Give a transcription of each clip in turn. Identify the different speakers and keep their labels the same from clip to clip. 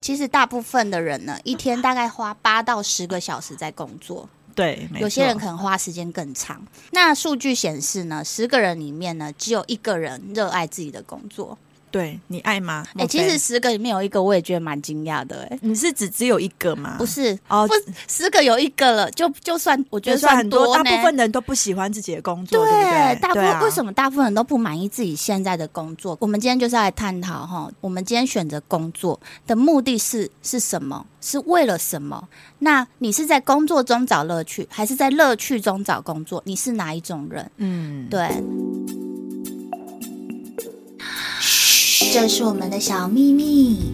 Speaker 1: 其实大部分的人呢，一天大概花八到十个小时在工作，
Speaker 2: 对，没
Speaker 1: 有些人
Speaker 2: 错
Speaker 1: 可能花时间更长。那数据显示呢，十个人里面呢，只有一个人热爱自己的工作。
Speaker 2: 对你爱吗？
Speaker 1: 哎、
Speaker 2: 莫
Speaker 1: 其
Speaker 2: 非
Speaker 1: 实十个里面有一个，我也觉得蛮惊讶的、哎，
Speaker 2: 你是只只有一个吗？
Speaker 1: 不是。
Speaker 2: 哦
Speaker 1: 不，十个有一个了，就就算我觉
Speaker 2: 就
Speaker 1: 得
Speaker 2: 算很
Speaker 1: 多
Speaker 2: 大
Speaker 1: 呢，
Speaker 2: 部分人都不喜欢自己的工作，对不
Speaker 1: 对
Speaker 2: 对？，
Speaker 1: 大部
Speaker 2: 对
Speaker 1: 分
Speaker 2: 啊
Speaker 1: 为什么大部分人都不满意自己现在的工作？我们今天就是来探讨哈，我们今天选择工作的目的是是什么？是为了什么？那你是在工作中找乐趣，还是在乐趣中找工作？你是哪一种人？
Speaker 2: 嗯，
Speaker 1: 对。这是我们的小秘密。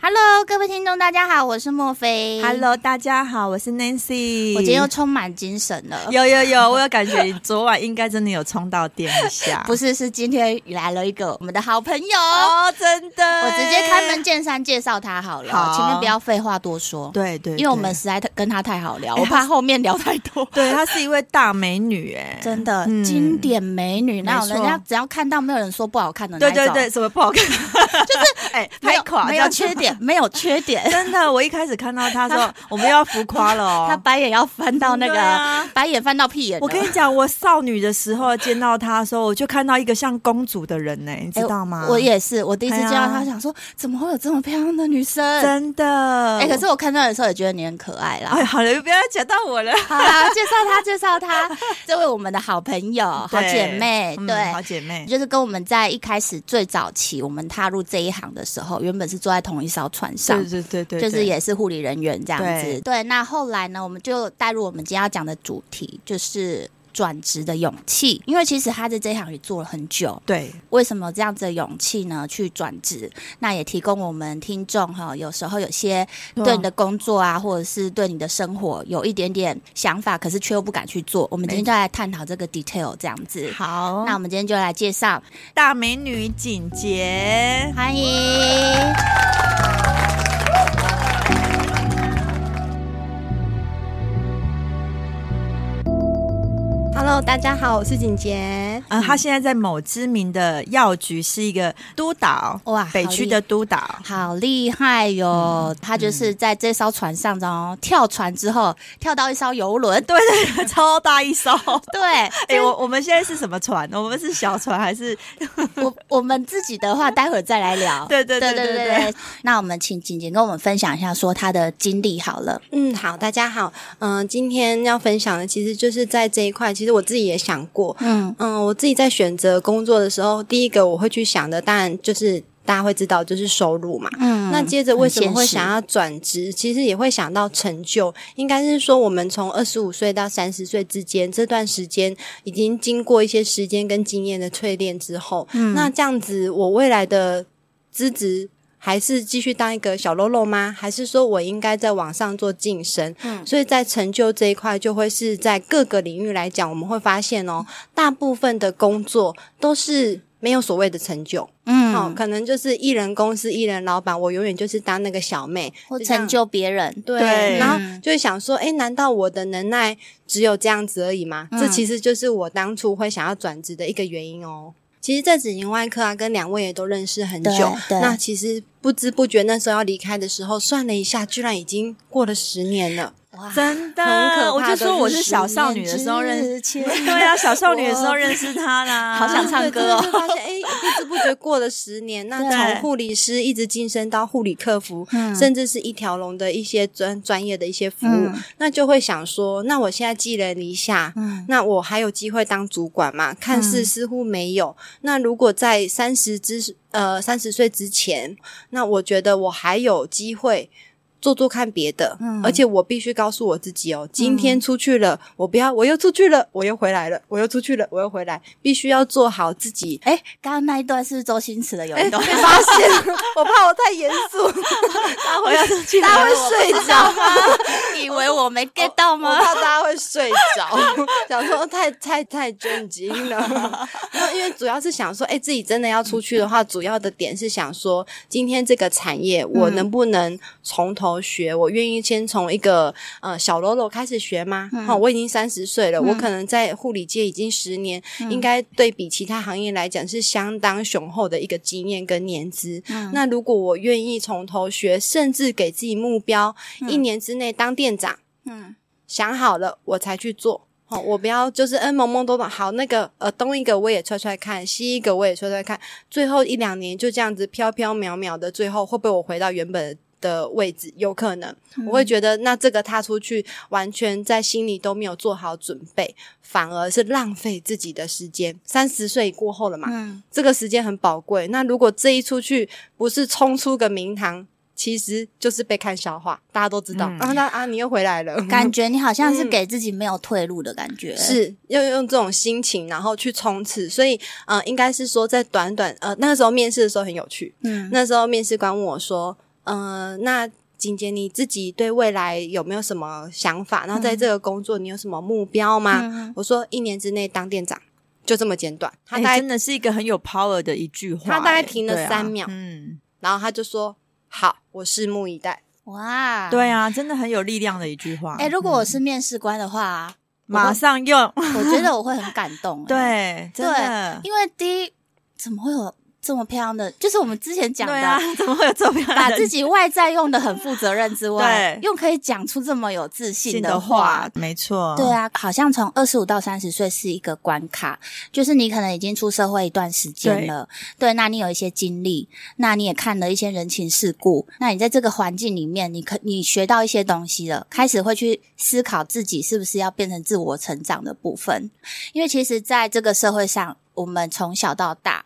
Speaker 1: Hello，各位听众，大家好，我是莫菲。
Speaker 2: Hello，大家好，我是 Nancy。
Speaker 1: 我今天又充满精神了。
Speaker 2: 有有有，我有感觉你昨晚应该真的有充到电一下，
Speaker 1: 不是，是今天来了一个我们的好朋友，
Speaker 2: 哦，真的，
Speaker 1: 我直接开门。见山介绍他好了，
Speaker 2: 好
Speaker 1: 前面不要废话多说。
Speaker 2: 对对，
Speaker 1: 因为我们
Speaker 2: 对
Speaker 1: 实在太跟他太好聊，
Speaker 2: 哎
Speaker 1: 我
Speaker 2: 他
Speaker 1: 怕后面聊太多。
Speaker 2: 对她是一位大美女，哎，
Speaker 1: 真的、
Speaker 2: 嗯
Speaker 1: 经典美女，那种
Speaker 2: 没
Speaker 1: 人
Speaker 2: 错
Speaker 1: 家只要看到没有人说不好看的那
Speaker 2: 对
Speaker 1: 一种，
Speaker 2: 对对，什么不好看？就是 哎，
Speaker 1: 没
Speaker 2: 拍
Speaker 1: 有
Speaker 2: 垮，
Speaker 1: 没
Speaker 2: 这
Speaker 1: 有
Speaker 2: 样子
Speaker 1: 缺点，没有缺点，
Speaker 2: 真的，我一开始看到 她说，我们又要浮夸了 哦。
Speaker 1: 他白眼要翻到那
Speaker 2: 对
Speaker 1: 个、
Speaker 2: 啊
Speaker 1: 白眼翻到屁眼了。
Speaker 2: 我跟你讲，我少女的时候见到她的时候，我就看到一个像公主的人呢、你
Speaker 1: 哎
Speaker 2: 知道吗？
Speaker 1: 我也是，我第一次
Speaker 2: 哎呀哦
Speaker 1: 见到他，想说、怎么会有这么漂亮的女生？
Speaker 2: 真的。
Speaker 1: 嗯哎、可是我看到的时候也觉得你很可爱啦。
Speaker 2: 哎，好了，不要再讲到我了，
Speaker 1: 好啦，介绍她，介绍她， 这位我们的好朋友、好
Speaker 2: 对
Speaker 1: 姐妹，
Speaker 2: 嗯
Speaker 1: 对，
Speaker 2: 好姐妹，
Speaker 1: 就是跟我们在一开始最早期我们踏入这一行的时候，原本是坐在同一艘船上
Speaker 2: 对，对对对，
Speaker 1: 就是
Speaker 2: 对
Speaker 1: 也是护理人员这样子。
Speaker 2: 对
Speaker 1: 对，那后来呢，我们就带入我们今天要讲的主题，就是。转职的勇气，因为其实他在这一行也做了很久，
Speaker 2: 对
Speaker 1: 为什么这样子的勇气呢？去转职，那也提供我们听众哈，有时候有些对你的工作啊，或者是对你的生活有一点点想法，可是却又不敢去做。我们今天就来探讨这个 detail 这样子。
Speaker 2: 好
Speaker 1: 那我们今天就来介绍，
Speaker 2: 大美女锦杰，
Speaker 1: 欢迎。
Speaker 3: Hello，大家好，我是景杰。
Speaker 1: 嗯
Speaker 2: 呃，她现在在某知名的药局是一个督导，
Speaker 1: 哇
Speaker 2: 北区的 督导，
Speaker 1: 好厉害哟、他就是在这艘船上，然后跳船之后跳到一艘游轮。
Speaker 2: 对对对，超大 一艘。
Speaker 1: 对，
Speaker 2: 哎、我我们现在是什么船？我们是小船还是？
Speaker 1: 我我们自己的话，待会儿再来聊。
Speaker 2: 对对
Speaker 1: 对
Speaker 2: 对对
Speaker 1: 对
Speaker 2: 对
Speaker 1: 那我们请景姐跟我们分享一下，说她的经历好了。
Speaker 3: 嗯，好，大家好。嗯、今天要分享的其实就是在这一块，其实我自己也想过。
Speaker 1: 嗯，
Speaker 3: 嗯，我自己在选择工作的时候，第一个我会去想的，当然就是大家会知道，就是收入嘛。
Speaker 1: 嗯
Speaker 3: 那接着为什么会
Speaker 1: 很现实
Speaker 3: 想要转职？其实也会想到成就，应该是说我们从二十五岁到三十岁之间这段时间，已经经过一些时间跟经验的淬炼之后，
Speaker 1: 嗯
Speaker 3: 那这样子我未来的资质。还是继续当一个小喽啰吗？还是说我应该在往上做晋升？
Speaker 1: 嗯
Speaker 3: 所以在成就这一块，就会是在各个领域来讲，我们会发现哦，大部分的工作都是没有所谓的成就。
Speaker 1: 嗯，
Speaker 3: 哦，可能就是艺人公司、艺人老板，我永远就是当那个小妹，
Speaker 1: 或
Speaker 3: 就这样
Speaker 1: 成就别人。
Speaker 3: 对，
Speaker 2: 对
Speaker 3: 然
Speaker 1: 嗯
Speaker 3: 后就会想说，哎，难道我的能耐只有这样子而已吗？
Speaker 1: 嗯
Speaker 3: 这其实就是我当初会想要转职的一个原因哦。其实，在整形外科啊，跟两位也都认识很久。
Speaker 1: 对对
Speaker 3: 那其实不知不觉，那时候要离开的时候，算了一下，居然已经过了十年了。
Speaker 1: 哇
Speaker 2: 真的，
Speaker 3: 很可怕
Speaker 2: 我就
Speaker 3: 的
Speaker 2: 说我是小少女的时候认识， 对啊，小少女的时候认识她 啦，
Speaker 1: 好想唱歌哦
Speaker 3: 对真的就发现哎、诶不知不觉过了十年，那
Speaker 1: 对
Speaker 3: 从护理师一直晋升到护理客服，
Speaker 1: 嗯
Speaker 3: 甚至是一条龙的一些专专业的一些服务，
Speaker 1: 嗯
Speaker 3: 那就会想说，那我现在寄人篱下。
Speaker 1: 嗯
Speaker 3: 那我还有机会当主管吗？看似似乎没有。那如果在三十之呃三十岁之前，那我觉得我还有机会做做看别的。
Speaker 1: 嗯
Speaker 3: 而且我必须告诉我自己哦，今天出去了，我不要，我又出去了，我又回来了，我又出去了，我又回来，必须要做好自己。
Speaker 1: 哎，刚刚那一段是不是周星驰的有一 段，
Speaker 2: 哎
Speaker 3: 发现了，我怕我太严肃，
Speaker 2: 她哎回到去
Speaker 3: 大家会睡 着吗？
Speaker 1: 以为我
Speaker 2: 哦
Speaker 1: 没 get 到
Speaker 3: 我
Speaker 1: 吗？
Speaker 3: 怕大家会睡着，想说太太太震惊了。 然后因为主要是想说，哎、自己真的要出去的话，主要的点是想说，今天这个产业我能不能从头头学，我愿意先从一个呃小喽啰开始学吗？好、我已经三十岁了，我可能在护理界已经十年，应该对比其他行业来讲是相当雄厚的一个经验跟年资。
Speaker 1: 嗯
Speaker 3: 那如果我愿意从头学，甚至给自己目标，一年之内当店长，
Speaker 1: 嗯，
Speaker 3: 想好了我才去做。哦，我不要就是嗯懵懵懂懂，好那个呃东一个我也踹踹看，西一个我也踹踹看，最后一两年就这样子飘飘渺渺的，最后会不会我回到原本的位置？有可能，我会觉得那这个踏出去，完全在心里都没有做好准备，反而是浪费自己的时间。三十岁过后了嘛，
Speaker 1: 嗯
Speaker 3: 这个时间很宝贵。那如果这一出去不是冲出个名堂，其实就是被看笑话，大家都知道。
Speaker 2: 嗯
Speaker 3: 啊，那啊，你又回来了，
Speaker 1: 感觉你好像是
Speaker 3: 嗯
Speaker 1: 给自己没有退路的感觉，
Speaker 3: 是要用这种心情，然后去冲刺。所以，呃，应该是说在短短呃那时候面试的时候很有趣。
Speaker 1: 嗯
Speaker 3: 那时候面试官问我说：“呃，那景姐你自己对未来有没有什么想法？然后在这个工作你有什么目标吗？”
Speaker 1: 嗯
Speaker 3: 我说：“一年之内当店长，就这么简短。”他
Speaker 2: 哎
Speaker 3: 大概、
Speaker 2: 真的是一个很有 power 的一句话、
Speaker 3: 他大概
Speaker 2: 哎
Speaker 3: 停了
Speaker 2: 对啊
Speaker 3: 三秒
Speaker 2: 嗯，
Speaker 3: 然后他就说：“好，我拭目以待。
Speaker 1: 哇，
Speaker 2: 对。啊，真的很有力量的一句话。嗯
Speaker 1: 哎、如果我是面试官的 话，
Speaker 2: 马上用，
Speaker 1: 我觉得我会很感动、哎
Speaker 2: 对，真的，
Speaker 1: 因为第一，怎么会有这么漂亮的？就是我们之前讲的，
Speaker 2: 对啊， 怎么会有这么样 的
Speaker 1: 把
Speaker 2: 人
Speaker 1: 自己外在用的很负责任之外，
Speaker 2: 对
Speaker 1: 又可以讲出这么有自信
Speaker 2: 信
Speaker 1: 的
Speaker 2: 的
Speaker 1: 话
Speaker 2: 话，，没错，
Speaker 1: 对啊，好像从二十五到三十岁是一个关卡，就是你可能已经出社会一段时间了，对，那你有一些经历，那你也看了一些人情世故，那你在这个环境里面，你可你学到一些东西了，开始会去思考自己是不是要变成自我成长的部分，因为其实在这个社会上，我们从小到大，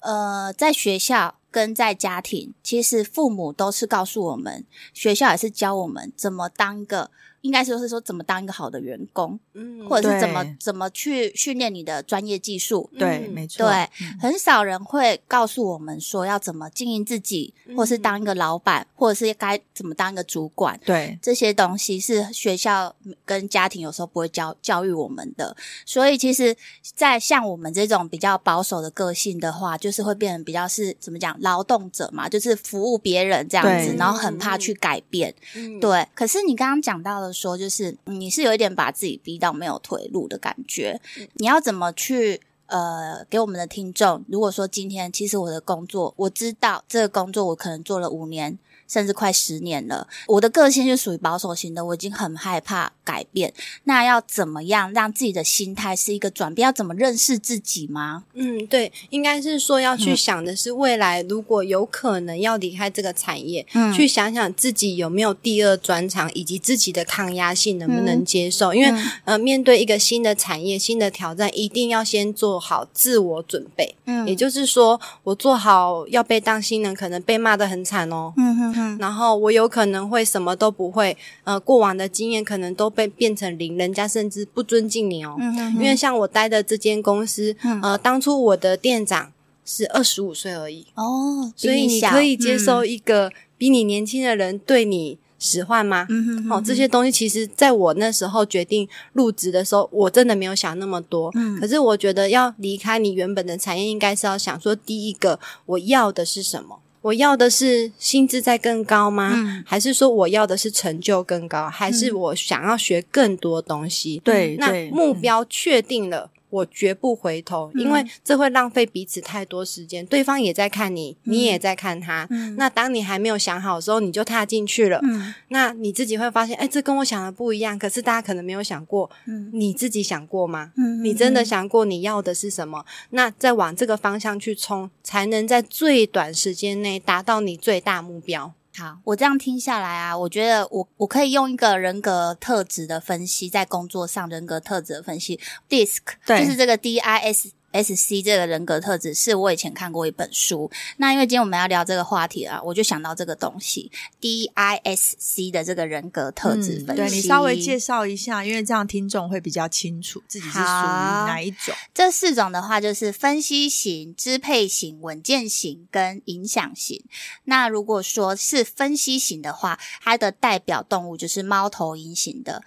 Speaker 1: 呃，在学校。跟在家庭，其实父母都是告诉我们，学校也是教我们怎么当一个，应该说是说怎么当一个好的员工，”
Speaker 3: 嗯
Speaker 1: 或者是
Speaker 2: 对
Speaker 1: 怎么怎么去训练你的专业技术。
Speaker 2: 嗯
Speaker 3: 嗯
Speaker 2: 对，没错，
Speaker 1: 对，很少人会告诉我们说要怎么经营自己，或是
Speaker 2: 嗯
Speaker 1: 当一个老板，或者是该怎么当一个主管。
Speaker 2: 对，
Speaker 1: 这些东西是学校跟家庭有时候不会教教育我们的，所以其实，在像我们这种比较保守的个性的话，就是会变得比较是怎么讲劳动者嘛，就是服务别人这样子，
Speaker 2: 对
Speaker 1: 然后很怕去改变。
Speaker 3: 嗯，
Speaker 1: 对，可是你刚刚讲到的说，就是嗯你是有一点把自己逼到没有退路的感觉，
Speaker 3: 嗯
Speaker 1: 你要怎么去？呃，给我们的听众，如果说今天其实我的工作，我知道这个工作我可能做了五年，甚至快十年了，我的个性是属于保守型的，我已经很害怕改变。那要怎么样让自己的心态是一个转变？要怎么认识自己吗？
Speaker 3: 嗯，对，应该是说要
Speaker 2: 嗯
Speaker 3: 去想的是未来如果有可能要离开这个产业，
Speaker 1: 嗯
Speaker 3: 去想想自己有没有第二专长，以及自己的抗压性能不
Speaker 2: 嗯
Speaker 3: 能接受。因为、呃，面对一个新的产业、新的挑战，一定要先做好自我准备。
Speaker 1: 嗯
Speaker 3: 也就是说，我做好要被当新人，可能被骂得很惨哦。
Speaker 1: 嗯哼哼，
Speaker 3: 然后我有可能会什么都不会，呃，过往的经验可能都被变成零，人家甚至不尊敬你哦。
Speaker 1: 嗯哼
Speaker 3: 因为像我待的这间公司，
Speaker 1: 嗯
Speaker 3: 呃，当初我的店长是二十五岁而已，
Speaker 1: 哦，比
Speaker 3: 所以你
Speaker 1: 小嗯
Speaker 3: 可以接受一个比你年轻的人对你使唤吗？
Speaker 1: 嗯哼哼
Speaker 3: 哦，这些东西其实在我那时候决定入职的时候，我真的没有想那么多。
Speaker 1: 嗯
Speaker 3: 可是我觉得要离开你原本的产业，应该是要想说，第一个我要的是什么？我要的是薪资再更高吗？
Speaker 1: 嗯
Speaker 3: 还是说我要的是成就更高？还是我想要学更多东西？
Speaker 2: 对，
Speaker 3: 那
Speaker 2: 对
Speaker 3: 目
Speaker 2: 嗯
Speaker 3: 标确定了，我绝不回头，因为这会浪费彼此太多时间。对方也在看你，你也在看他。
Speaker 1: 嗯
Speaker 3: 那当你还没有想好的时候，你就踏进去了。
Speaker 1: 嗯
Speaker 3: 那你自己会发现，哎，这跟我想的不一样。可是大家可能没有想过，
Speaker 1: 嗯
Speaker 3: 你自己想过吗？
Speaker 1: 嗯
Speaker 3: 你真的想过你要的是什么？那再往这个方向去冲，才能在最短时间内达到你最大目标。
Speaker 1: 好，我这样听下来啊，我觉得我我可以用一个人格特质的分析，在工作上人格特质的分析，DISC，
Speaker 2: 对
Speaker 1: 就是这个 D I S。S C 这个人格特质是我以前看过一本书，那因为今天我们要聊这个话题啊，我就想到这个东西 D I S C 的这个人格特质
Speaker 2: 嗯
Speaker 1: 分析。
Speaker 2: 对你稍微介绍一下，因为这样听众会比较清楚自己是属于
Speaker 1: 好
Speaker 2: 哪一种。
Speaker 1: 这四种的话，就是分析型、支配型、稳健型跟影响型。那如果说是分析型的话，它的代表动物就是猫头鹰型的。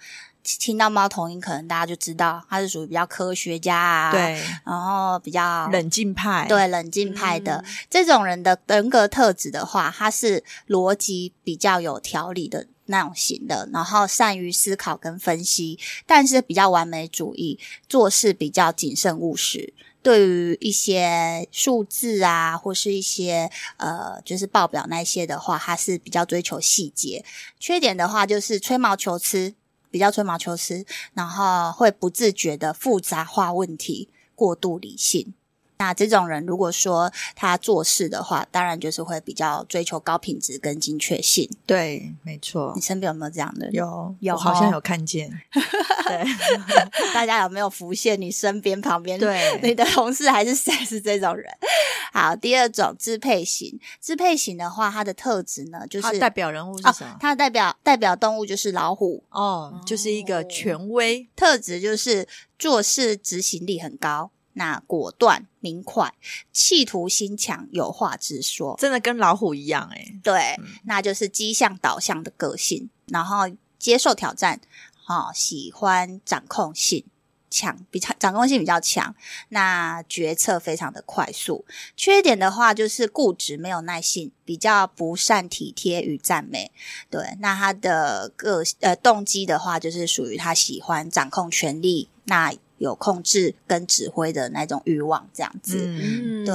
Speaker 1: 听到猫头鹰，可能大家就知道它是属于比较科学家啊，，
Speaker 2: 对，
Speaker 1: 然后比较
Speaker 2: 冷静派，，嗯
Speaker 1: 对冷静派的、这种人的人格特质的话，他是逻辑比较有条理的那种型的，然后善于思考跟分析，但是比较完美主义，做事比较谨慎务实。对于一些数字啊，或是一些呃，就是报表那一些的话，他是比较追求细节。缺点的话，就是吹毛求疵，比较吹毛求疵，然后会不自觉的复杂化问题，过度理性。那这种人，如果说他做事的话，当然就是会比较追求高品质跟精确性。
Speaker 2: 对，没错
Speaker 1: 你，身边有没有这样的人？
Speaker 2: 有
Speaker 1: 有
Speaker 2: 我好像
Speaker 1: 哦
Speaker 2: 有看 见，
Speaker 1: 大家有没有浮现你身边旁边
Speaker 2: 对，
Speaker 1: 你的同事还是谁是这种人？好，第二种支配型，支配型的话，它的特质呢，就
Speaker 2: 他
Speaker 1: 是
Speaker 2: 代表人物是啊
Speaker 1: 哦
Speaker 2: 什么，？
Speaker 1: 它的代表代表动物就是老虎，
Speaker 2: 哦，就是一个权威，
Speaker 1: 特质就是做事执行力很高，那果断明快，企图心强，有话直说。
Speaker 2: 真的跟老虎一样，哎，
Speaker 1: 对，那就是迹象导向的个性，然后接受挑战，哦，喜欢掌控性强，比较掌控性比较强，那决策非常的快速。缺点的话就是固执，没有耐性，比较不善体贴与赞美。对，那他的个呃动机的话，就是属于他喜欢掌控权力，那有控制跟指挥的那种欲望，这样子。
Speaker 2: 嗯，
Speaker 3: 嗯
Speaker 1: 对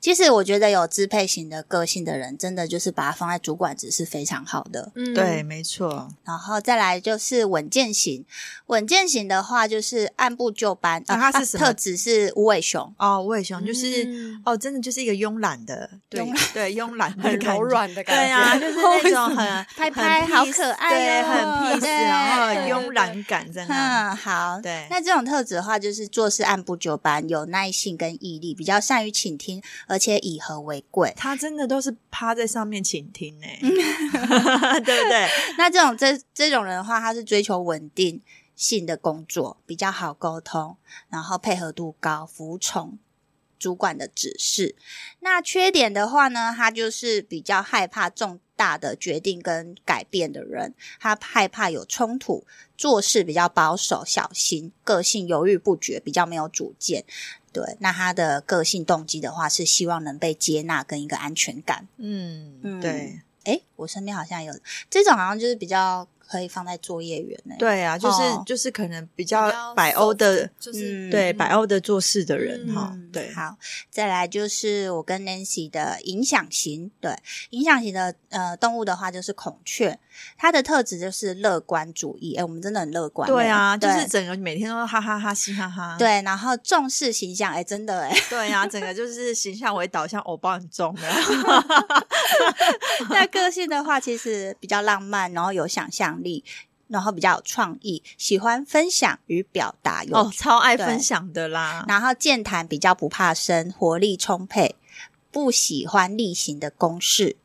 Speaker 1: 其实我觉得有支配型的个性的人，真的就是把它放在主管职是非常好的。
Speaker 3: 嗯
Speaker 2: 对，，没错，
Speaker 1: 然后再来就是稳健型，稳健型的话就是按部就班。呃
Speaker 2: 啊那它是什么
Speaker 1: 特质是无尾熊，
Speaker 2: 哦，我也想，就是
Speaker 3: 嗯
Speaker 2: 哦，真的就是一个慵懒的，对
Speaker 1: 慵
Speaker 2: 对，慵懒的
Speaker 3: 很
Speaker 2: 感
Speaker 3: 柔
Speaker 2: 觉。
Speaker 3: 软的
Speaker 2: 对
Speaker 3: 感
Speaker 2: 啊，
Speaker 3: 觉，
Speaker 2: 就是那种很
Speaker 1: 拍
Speaker 2: 很
Speaker 1: 拍好
Speaker 2: peace，
Speaker 1: 可爱哦
Speaker 2: 对，很 peace，
Speaker 1: 对
Speaker 2: 然后
Speaker 3: 对
Speaker 2: 慵懒感在那。
Speaker 1: 嗯，好。
Speaker 2: 对，
Speaker 1: 那这种特质的话，就是做事按部就班，有耐性跟毅力，比较善于倾听，而且以和为贵。
Speaker 2: 他真的都是趴在上面倾听呢，对不对？
Speaker 1: 那这种这这种人的话，他是追求稳定性的工作，比较好沟通，然后配合度高，服从主管的指示。那缺点的话呢，他就是比较害怕重大的决定跟改变的人，他害怕有冲突，做事比较保守小心，个性犹豫不决，比较没有主见。对，那他的个性动机的话，是希望能被接纳跟一个安全感。嗯
Speaker 2: 嗯，对
Speaker 1: 诶，我身边好像有这种，好像就是比较可以放在作业员呢、
Speaker 2: 对啊，就是
Speaker 1: 哦
Speaker 2: 就是可能比
Speaker 3: 比
Speaker 2: 较
Speaker 3: 较
Speaker 2: 百欧的，
Speaker 3: 就是
Speaker 1: 嗯
Speaker 2: 对百欧的做事的人
Speaker 3: 嗯
Speaker 2: 哈
Speaker 1: 嗯，
Speaker 2: 对，
Speaker 1: 好，再来就是我跟 Nancy 的影响型，对，影响型的呃动物的话就是孔雀，它的特质就是乐观主义，诶，我们真的很乐观欸，
Speaker 2: 对啊，就是
Speaker 1: 对
Speaker 2: 整个每天都哈哈哈嘻哈哈，
Speaker 1: 对，然后重视形象，诶，真的诶，
Speaker 2: 对啊，整个就是形象为导向，偶哦包很重的，
Speaker 1: 那个性的话，其实比较浪漫，然后有想象力，然后比较有创意，喜欢分享与表达，有
Speaker 2: 哦，超爱
Speaker 1: 对
Speaker 2: 分享的啦，
Speaker 1: 然后健谈比较不怕生，活力充沛，不喜欢例行的公事，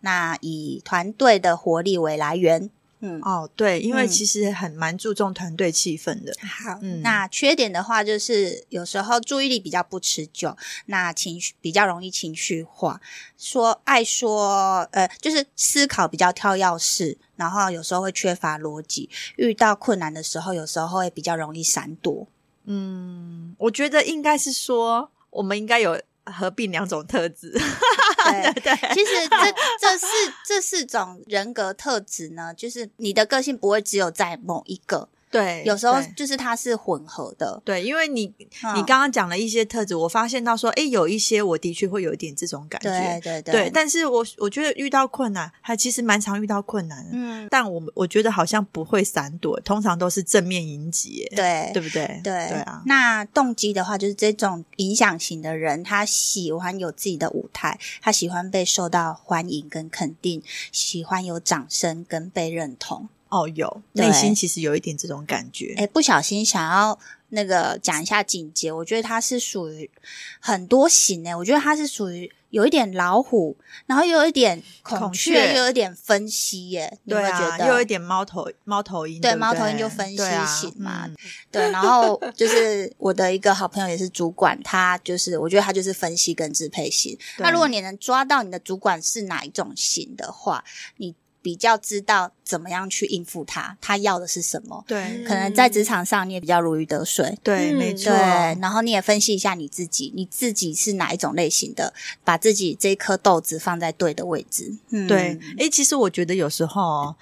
Speaker 1: 那以团队的活力为来源。嗯，
Speaker 2: 哦，对，因为
Speaker 1: 嗯
Speaker 2: 其实很蛮注重团队气 氛的，
Speaker 1: 好。
Speaker 2: 嗯，
Speaker 1: 那缺点的话，就是有时候注意力比较不持久，那情绪比较容易情绪化，说爱说呃，就是思考比较跳跃式，然后有时候会缺乏逻辑，遇到困难的时候，有时候会比较容易闪躲。
Speaker 2: 嗯，我觉得应该是说，我们应该有合并两种特 质，
Speaker 1: 对，
Speaker 2: 对，
Speaker 1: 其实这这四这四种人格特质呢，就是你的个性不会只有在某一个，
Speaker 2: 对，
Speaker 1: 有时候
Speaker 2: 对
Speaker 1: 就是它是混合的。
Speaker 2: 对，因为你、
Speaker 1: 嗯
Speaker 2: 你刚刚讲了一些特质，我发现到说，诶，有一些我的确会有一点这种感
Speaker 1: 对对
Speaker 2: 觉，对，但是我我觉得遇到困难，还其实蛮常遇到困难的，
Speaker 1: 嗯，
Speaker 2: 但我我觉得好像不会闪躲，通常都是正面迎击，耶
Speaker 1: 对。
Speaker 2: 对不对？
Speaker 1: 对
Speaker 2: 对啊，
Speaker 1: 那动机的话，就是这种影响型的人，他喜欢有自己的舞台，他喜欢被受到欢迎跟肯定，喜欢有掌声跟被认同。
Speaker 2: 哦，有
Speaker 1: 对
Speaker 2: 内心其实有一点这种感觉，
Speaker 1: 哎，不小心想要那个讲一下警戒，我觉得他是属于很多型哎，我觉得他是属于有一点老虎，然后又有一点孔
Speaker 2: 孔
Speaker 1: 雀，
Speaker 2: 雀
Speaker 1: 又有一点分析耶，你有
Speaker 2: 对
Speaker 1: 没有觉
Speaker 2: 啊，
Speaker 1: 得？
Speaker 2: 又有一点猫头猫头鹰，
Speaker 1: 对
Speaker 2: 对不对
Speaker 1: 猫头鹰就分析
Speaker 2: 对啊
Speaker 1: 型嘛
Speaker 2: 嗯
Speaker 1: 对，然后就是我的一个好朋友也是主管，他就是我觉得他就是分析跟支配型。
Speaker 2: 对
Speaker 1: 那如果你能抓到你的主管是哪一种型的话，你比较知道怎么样去应付他，他要的是什么。
Speaker 2: 对
Speaker 1: 可能在职场上你也比较如鱼得水，
Speaker 2: 对，
Speaker 3: 嗯
Speaker 2: 没错
Speaker 1: 对，，然后你也分析一下你自己，你自己是哪一种类型的，把自己这颗豆子放在对的位置。嗯，
Speaker 2: 对，诶，其实我觉得有时候哦，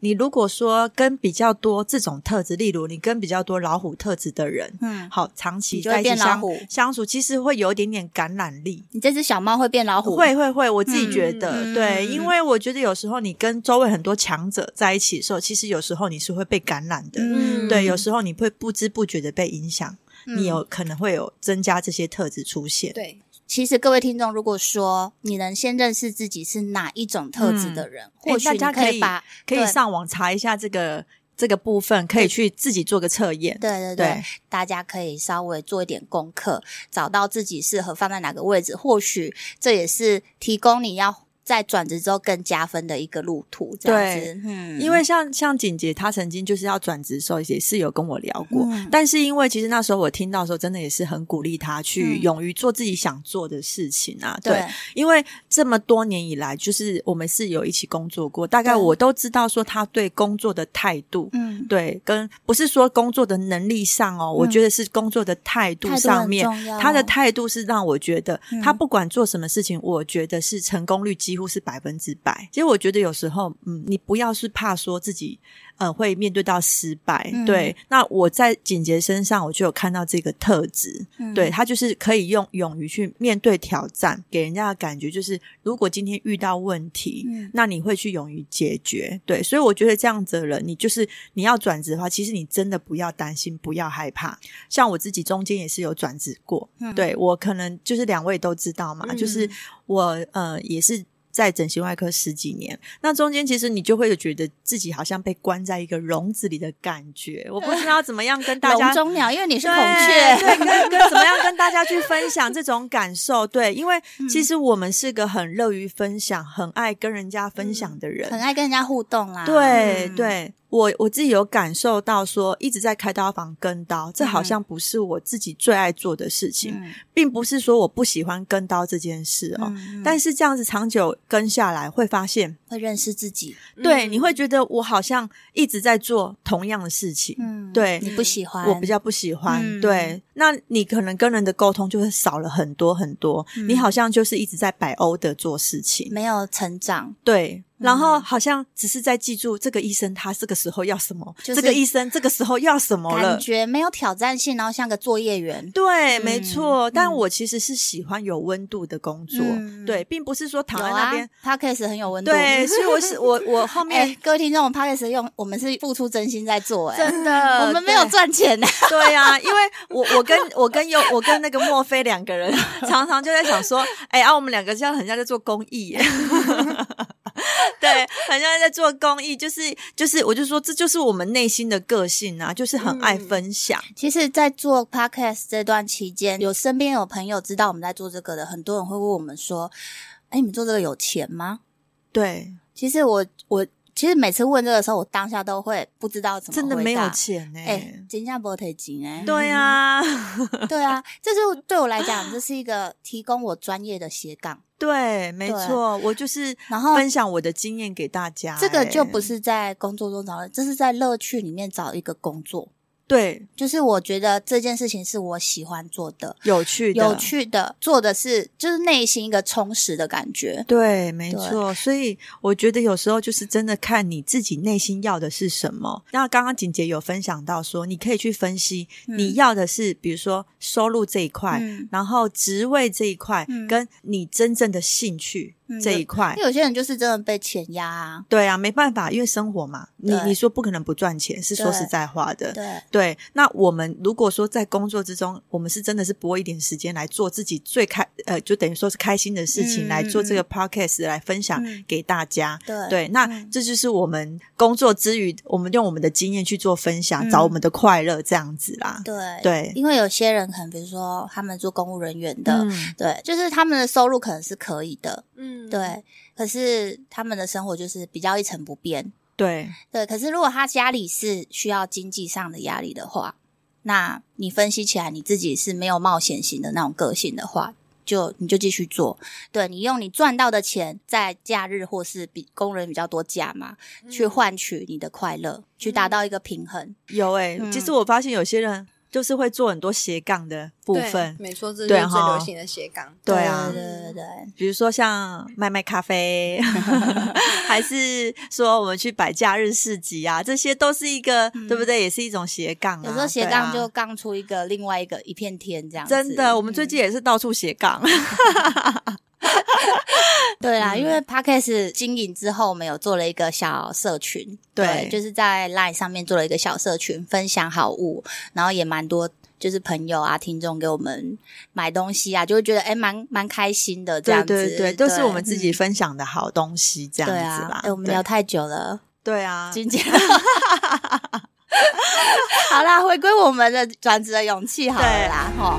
Speaker 2: 你如果说跟比较多这种特质，例如你跟比较多老虎特质的人，
Speaker 1: 嗯，
Speaker 2: 好，长期
Speaker 1: 你就会
Speaker 2: 在一起
Speaker 1: 变老
Speaker 2: 相
Speaker 1: 虎
Speaker 2: 相处，其实会有一点点感染力。
Speaker 1: 你这只小猫会变老虎，
Speaker 2: 会会会，我自己觉得，
Speaker 1: 嗯
Speaker 2: 对，
Speaker 1: 嗯
Speaker 2: 因为我觉得有时候你跟周围很多强者在一起的时候，其实有时候你是会被感染的，
Speaker 3: 嗯
Speaker 2: 对，有时候你会不知不觉的被影响，
Speaker 1: 嗯
Speaker 2: 你有可能会有增加这些特质出现。
Speaker 3: 对，
Speaker 1: 其实各位听众，如果说你能先认识自己是哪一种特质的人，
Speaker 2: 嗯
Speaker 1: 或许
Speaker 2: 诶
Speaker 1: 你
Speaker 2: 大家可以
Speaker 1: 把
Speaker 2: 可以
Speaker 1: 对
Speaker 2: 上网查一下这个这个部分，可以去自己做个测验。
Speaker 1: 对对对，
Speaker 2: 对
Speaker 1: 大家可以稍微做一点功课，找到自己适合放在哪个位置。或许这也是提供你要在转职之后更加分的一个路途。这样
Speaker 2: 对
Speaker 1: 子，嗯，
Speaker 2: 因为像像景杰，她曾经就是要转职的时候，也是有跟我聊过。
Speaker 1: 嗯
Speaker 2: 但是因为其实那时候我听到的时候，真的也是很鼓励她去
Speaker 1: 嗯
Speaker 2: 勇于做自己想做的事情啊。对，
Speaker 1: 对
Speaker 2: 因为这么多年以来，就是我们是有一起工作过，大概
Speaker 1: 对
Speaker 2: 我都知道说她对工作的态度。
Speaker 1: 嗯，
Speaker 2: 对，跟不是说工作的能力上哦，我
Speaker 1: 嗯
Speaker 2: 觉得是工作的态度
Speaker 1: 态度
Speaker 2: 上
Speaker 1: 很
Speaker 2: 面，
Speaker 1: 重要。
Speaker 2: 他的态度是让我觉得，
Speaker 1: 哦嗯
Speaker 2: 他不管做什么事情，我觉得是成功率几乎是百分之百。其实我觉得有时候，嗯，你不要是怕说自己，呃，会面对到失败。
Speaker 1: 嗯
Speaker 2: 对，那我在景杰身上，我就有看到这个特质。
Speaker 1: 嗯
Speaker 2: 对他就是可以用勇于去面对挑战，给人家的感觉就是，如果今天遇到问题，
Speaker 1: 嗯
Speaker 2: 那你会去勇于解决。对，所以我觉得这样子的人，你就是你要转职的话，其实你真的不要担心，不要害怕。像我自己中间也是有转职过，
Speaker 1: 嗯
Speaker 2: 对我可能就是两位都知道嘛，
Speaker 3: 嗯
Speaker 2: 就是我呃也是。在整形外科十几年，那中间其实你就会觉得自己好像被关在一个笼子里的感觉，我不知道怎么样跟大家
Speaker 1: 笼中鸟，因为你是
Speaker 2: 对
Speaker 1: 孔雀，
Speaker 2: 对，跟 跟怎么样跟大家去分享这种感受？对，因为
Speaker 1: 嗯
Speaker 2: 其实我们是个很乐于分享、很爱跟人家分享的人。
Speaker 1: 很爱跟人家互动啦。
Speaker 2: 对、
Speaker 1: 嗯，
Speaker 2: 对，我我自己有感受到说，一直在开刀房跟刀，这好像不是我自己最爱做的事情，
Speaker 1: 嗯
Speaker 2: 并不是说我不喜欢跟刀这件事哦。
Speaker 1: 嗯，但
Speaker 2: 但是这样子长久跟下来，会发现，
Speaker 1: 会认识自己，
Speaker 2: 对，
Speaker 3: 嗯
Speaker 2: 你会觉得我好像一直在做同样的事情，
Speaker 1: 嗯，
Speaker 2: 对
Speaker 1: 你不喜欢，
Speaker 2: 我比较不喜欢。
Speaker 1: 嗯
Speaker 2: 对，那你可能跟人的沟通就会少了很多很多，
Speaker 1: 嗯
Speaker 2: 你好像就是一直在摆欧的做事情，
Speaker 1: 没有成长，
Speaker 2: 对。
Speaker 1: 嗯
Speaker 2: 然后好像只是在记住这个医生他这个时候要什么，
Speaker 1: 就是
Speaker 2: 这个医生这个时候要什么了
Speaker 1: 感。觉没有挑战性，然后像个作业员。
Speaker 2: 对，
Speaker 1: 嗯
Speaker 2: 没错。但
Speaker 1: 嗯
Speaker 2: 我其实是喜欢有温度的工作，
Speaker 1: 嗯
Speaker 2: 对，并不是说躺
Speaker 1: 有
Speaker 2: 在
Speaker 1: 啊
Speaker 2: 那边。
Speaker 1: ，podcast 很有温度。
Speaker 2: 对，所以我是我我 后
Speaker 1: 哎、
Speaker 2: 面、
Speaker 1: 各位听众，我们 podcast 用我们是付出真心在做、哎，
Speaker 2: 真的
Speaker 1: 我们没有
Speaker 2: 对
Speaker 1: 赚钱哎的、
Speaker 2: 对呀、因为我我跟我跟有我跟那个墨菲两个人 常常就在想说，哎、啊，我们两个像很像在做公益耶， 对，很像在做公益，就是就是，我就说这就是我们内心的个性啊，就是很爱分享，
Speaker 1: 其实，在做 podcast 这段期间，有身边有朋友知道我们在做这个的，很多人会问我们说：“哎、你们做这个有钱吗
Speaker 2: 对，？”
Speaker 1: 其实我我其实每次问这个的时候，我当下都会不知道怎么
Speaker 2: 真的
Speaker 1: 回
Speaker 2: 没有
Speaker 1: 答。
Speaker 2: 钱呢、
Speaker 1: 哎，金价不太紧哎，
Speaker 2: 对呀、
Speaker 1: 对啊，这是对我来讲，这是一个提供我专业的斜杠，
Speaker 2: 对，没错，我就是
Speaker 1: 然后
Speaker 2: 分享我的经验给大家、
Speaker 1: 这个就
Speaker 2: 哎
Speaker 1: 不是在工作中找的，这是在乐趣里面找一个工作。
Speaker 2: 对
Speaker 1: 就是我觉得这件事情是我喜欢做的、
Speaker 2: 有趣的
Speaker 1: 有趣的，做的是就是内心一个充实的感觉。
Speaker 2: 对，没
Speaker 1: 对
Speaker 2: 错。所以我觉得有时候就是真的看你自己内心要的是什么。那刚刚景杰有分享到说，你可以去分析
Speaker 1: 嗯
Speaker 2: 你要的是，比如说收入这一块，
Speaker 1: 嗯
Speaker 2: 然后职位这一块，
Speaker 1: 嗯
Speaker 2: 跟你真正的兴趣
Speaker 1: 嗯
Speaker 2: 这一块。
Speaker 1: 因为有些人就是真的被潜压啊，
Speaker 2: 对啊，没办法，因为生活嘛，你
Speaker 1: 对
Speaker 2: 你说不可能不赚钱，是说
Speaker 1: 对
Speaker 2: 实在话的。
Speaker 1: 对，
Speaker 2: 对，那我们如果说在工作之中，我们是真的是拨一点时间来做自己最开呃，就等于说是开心的事情，
Speaker 1: 嗯
Speaker 2: 来做这
Speaker 1: 嗯
Speaker 2: 个 podcast 来分享
Speaker 1: 嗯
Speaker 2: 给大家。
Speaker 1: 对
Speaker 2: 对，那
Speaker 1: 嗯
Speaker 2: 这就是我们工作之余，我们用我们的经验去做分享，
Speaker 1: 嗯呃
Speaker 2: 找我们的快乐这样子啦。
Speaker 1: 对
Speaker 2: 对
Speaker 1: 因为有些人可能比如说他们做公务人员的，
Speaker 2: 嗯，
Speaker 1: 对，就是他们的收入可能是可以的，
Speaker 3: 嗯，
Speaker 1: 对，可是他们的生活就是比较一成不变。
Speaker 2: 对，
Speaker 1: 对，可是如果他家里是需要经济上的压力的话，那你分析起来你自己是没有冒险型的那种个性的话，就你就继续做。对你用你赚到的钱，在假日或是比工人比较多假嘛，
Speaker 2: 嗯
Speaker 1: 去换取你的快乐，去达到一个平衡。
Speaker 2: 有哎、
Speaker 1: 嗯
Speaker 2: 其实我发现有些人就是会做很多斜杠的部
Speaker 3: 对
Speaker 2: 分，
Speaker 3: 没错，这就
Speaker 2: 对
Speaker 3: 是最
Speaker 2: 哈
Speaker 3: 流行的斜杠。
Speaker 2: 对啊
Speaker 1: 对对对对
Speaker 2: 比如说像卖卖 咖啡， 还是说我们去摆假日市集啊，这些都是一个、对不对？也是一种斜杠、啊。
Speaker 1: 嗯有时候斜
Speaker 2: 对
Speaker 1: 杠
Speaker 2: 啊
Speaker 1: 就杠出一个另外一个一片天这样子。
Speaker 2: 真的，我们最近也是到处斜杠。啊
Speaker 1: 对啊啦，
Speaker 2: 嗯
Speaker 1: 因为 podcast 经营之后，我们有做了一个小社群，
Speaker 2: 对
Speaker 1: 就是在 Line 上面做了一个小社群，分享好物，然后也蛮多就是朋友啊、听众给我们买东西啊，就会觉得哎，诶蛮蛮开心的这样
Speaker 2: 对
Speaker 1: 子。
Speaker 2: 对对，都是我们自己
Speaker 1: 嗯
Speaker 2: 分享的好东西，这样
Speaker 1: 对
Speaker 2: 子
Speaker 1: 啊
Speaker 2: 啦。。
Speaker 1: 哎，我们
Speaker 2: 对
Speaker 1: 聊太久了，
Speaker 2: 对啊，
Speaker 1: 今天。 好啦，回归我们的转职的勇气好了啦，吼。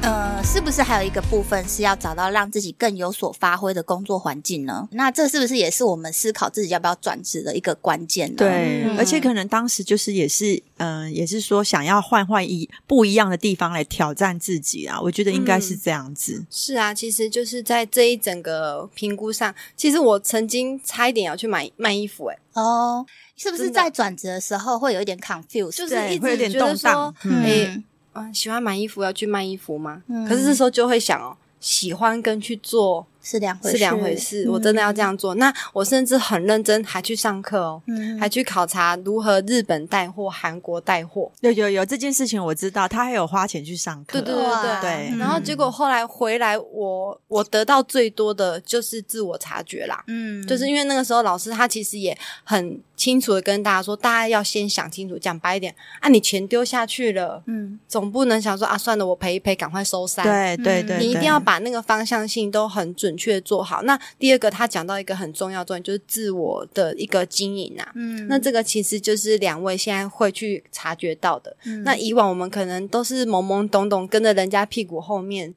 Speaker 1: 呃，是不是还有一个部分是要找到让自己更有所发挥的工作环境呢？那这是不是也是我们思考自己要不要转职的一个关键呢？
Speaker 2: 对，
Speaker 1: 嗯
Speaker 2: 而且可能当时就是也是，嗯、也是说想要换换一不一样的地方来挑战自己啊，我觉得应该
Speaker 1: 嗯
Speaker 2: 是这样子。
Speaker 3: 是啊，其实就是在这一整个评估上，其实我曾经差一点要去买卖衣服、欸，哎，
Speaker 1: 哦，是不是
Speaker 3: 真的
Speaker 1: 在转职的时候会有一点 confuse？
Speaker 3: 就是
Speaker 2: 对
Speaker 3: 一
Speaker 2: 会有
Speaker 3: 直
Speaker 2: 点
Speaker 3: 觉得
Speaker 2: 动
Speaker 3: 说
Speaker 2: 荡，
Speaker 1: 嗯
Speaker 2: 嗯
Speaker 3: 哎、嗯，喜欢买衣服要去卖衣服吗？
Speaker 1: 嗯
Speaker 3: 可是这时候就会想哦，喜欢跟去做
Speaker 1: 是两回
Speaker 3: 是两回事，
Speaker 2: 嗯
Speaker 3: 我真的要这样做。那我甚至很认真，还去上课哦，
Speaker 1: 嗯
Speaker 3: 还去考察如何日本带货、韩国带货。
Speaker 2: 有有有这件事情我知道，他还有花钱去上课，
Speaker 3: 对嗯对
Speaker 1: 哇
Speaker 3: 对
Speaker 2: 对
Speaker 3: 然后结果后来回来我我得到最多的就是自我察觉啦。
Speaker 1: 嗯
Speaker 3: 就是因为那个时候老师他其实也很清楚的跟大家说，大家要先想清楚，讲白一点啊，你钱丢下去了，
Speaker 1: 嗯
Speaker 3: 总不能想说啊，算了，我赔一赔，赶快收山。
Speaker 2: 对对
Speaker 1: 嗯
Speaker 2: 对，
Speaker 3: 你一
Speaker 2: 对
Speaker 3: 定要把那个方向性都很准确地做好。那第二个，他讲到一个很重要的重点，就是自我的一个经营啊。
Speaker 1: 嗯
Speaker 3: 那这个其实就是两位现在会去察觉到的。
Speaker 1: 嗯
Speaker 3: 那以往我们可能都是懵懵懂懂跟着人家屁股后面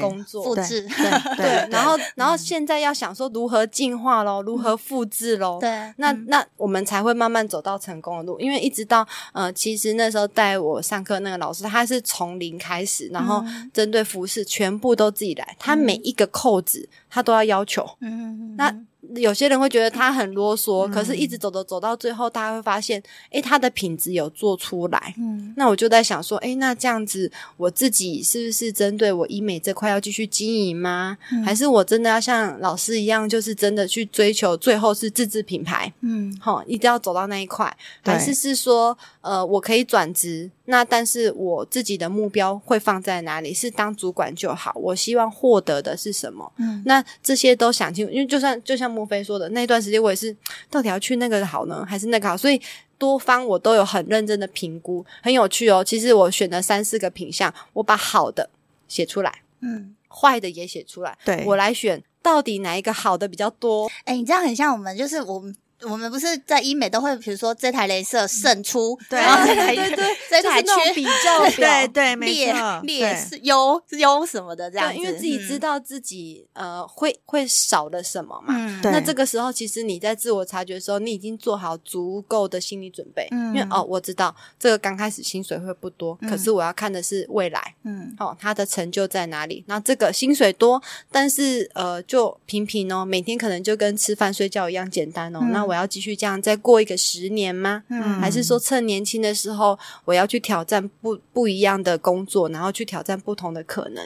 Speaker 2: 对
Speaker 3: 工
Speaker 1: 复
Speaker 3: 作，
Speaker 1: 制
Speaker 2: 对
Speaker 3: 对，然
Speaker 1: 嗯
Speaker 3: 后然后现在要想说如何进化喽，如何复制喽，
Speaker 1: 对
Speaker 3: 那
Speaker 1: 嗯
Speaker 3: 那我们才会慢慢走到成功的路，因为一直到呃，其实那时候带我上课那个老师，他是从零开始，然
Speaker 1: 嗯
Speaker 3: 后针对服饰全部都自己来，他每一个扣子他都要要求。
Speaker 1: 嗯
Speaker 3: 那有些人会觉得他很啰嗦，可是一直走走走到最后，大家会发现，诶，他的品质有做出来。
Speaker 1: 嗯
Speaker 3: 那我就在想说，诶，那这样子我自己是不是针对我医美这块要继续经营吗？
Speaker 1: 嗯
Speaker 3: 还是我真的要像老师一样，就是真的去追求最后是自制品牌？
Speaker 1: 嗯
Speaker 3: 哈，一定要走到那一块，
Speaker 2: 对
Speaker 3: 还是是说，呃，我可以转职，那但是我自己的目标会放在哪里？是当主管就好，我希望获得的是什么？
Speaker 1: 嗯
Speaker 3: 那这些都想清楚，因为就算就像莫菲说的，那段时间我也是，到底要去那个好呢，还是那个好？所以多方我都有很认真的评估，很有趣哦。其实我选了三四个品项，我把好的写出来，
Speaker 1: 嗯，
Speaker 3: 坏的也写出来，
Speaker 2: 对
Speaker 3: 我来选。到底哪一个好的比较多？
Speaker 1: 哎、你这样很像我们，就是我们。我们不是在医美都会，比如说这台镭射胜出，
Speaker 2: 对
Speaker 1: 然后这台
Speaker 3: 嗯对对对，
Speaker 1: 这
Speaker 3: 就
Speaker 1: 台
Speaker 3: 哎是那种
Speaker 1: 缺
Speaker 3: 比较 表，
Speaker 2: 对对，没
Speaker 1: 劣
Speaker 2: 错，
Speaker 1: 劣
Speaker 2: 对
Speaker 1: 势优优什么的这样子，
Speaker 3: 对，因为自己
Speaker 1: 嗯
Speaker 3: 知道自己、呃会会少了什么嘛。
Speaker 1: 嗯，嗯，
Speaker 2: 对
Speaker 3: 那这个时候，其实你在自我察觉的时候，你已经做好足够的心理准备，
Speaker 1: 嗯
Speaker 3: 因为哦，我知道这个刚开始薪水会不多，
Speaker 1: 嗯
Speaker 3: 可是我要看的是未来，
Speaker 1: 嗯
Speaker 3: 哦，他的成就在哪里？那这个薪水多，但是呃，就平平哦，每天可能就跟吃饭睡觉一样简单哦。
Speaker 1: 嗯
Speaker 3: 那我要继续这样再过一个十年吗？
Speaker 1: 嗯
Speaker 3: 还是说趁年轻的时候，我要去挑战不不一样的工作，然后去挑战不同的可能？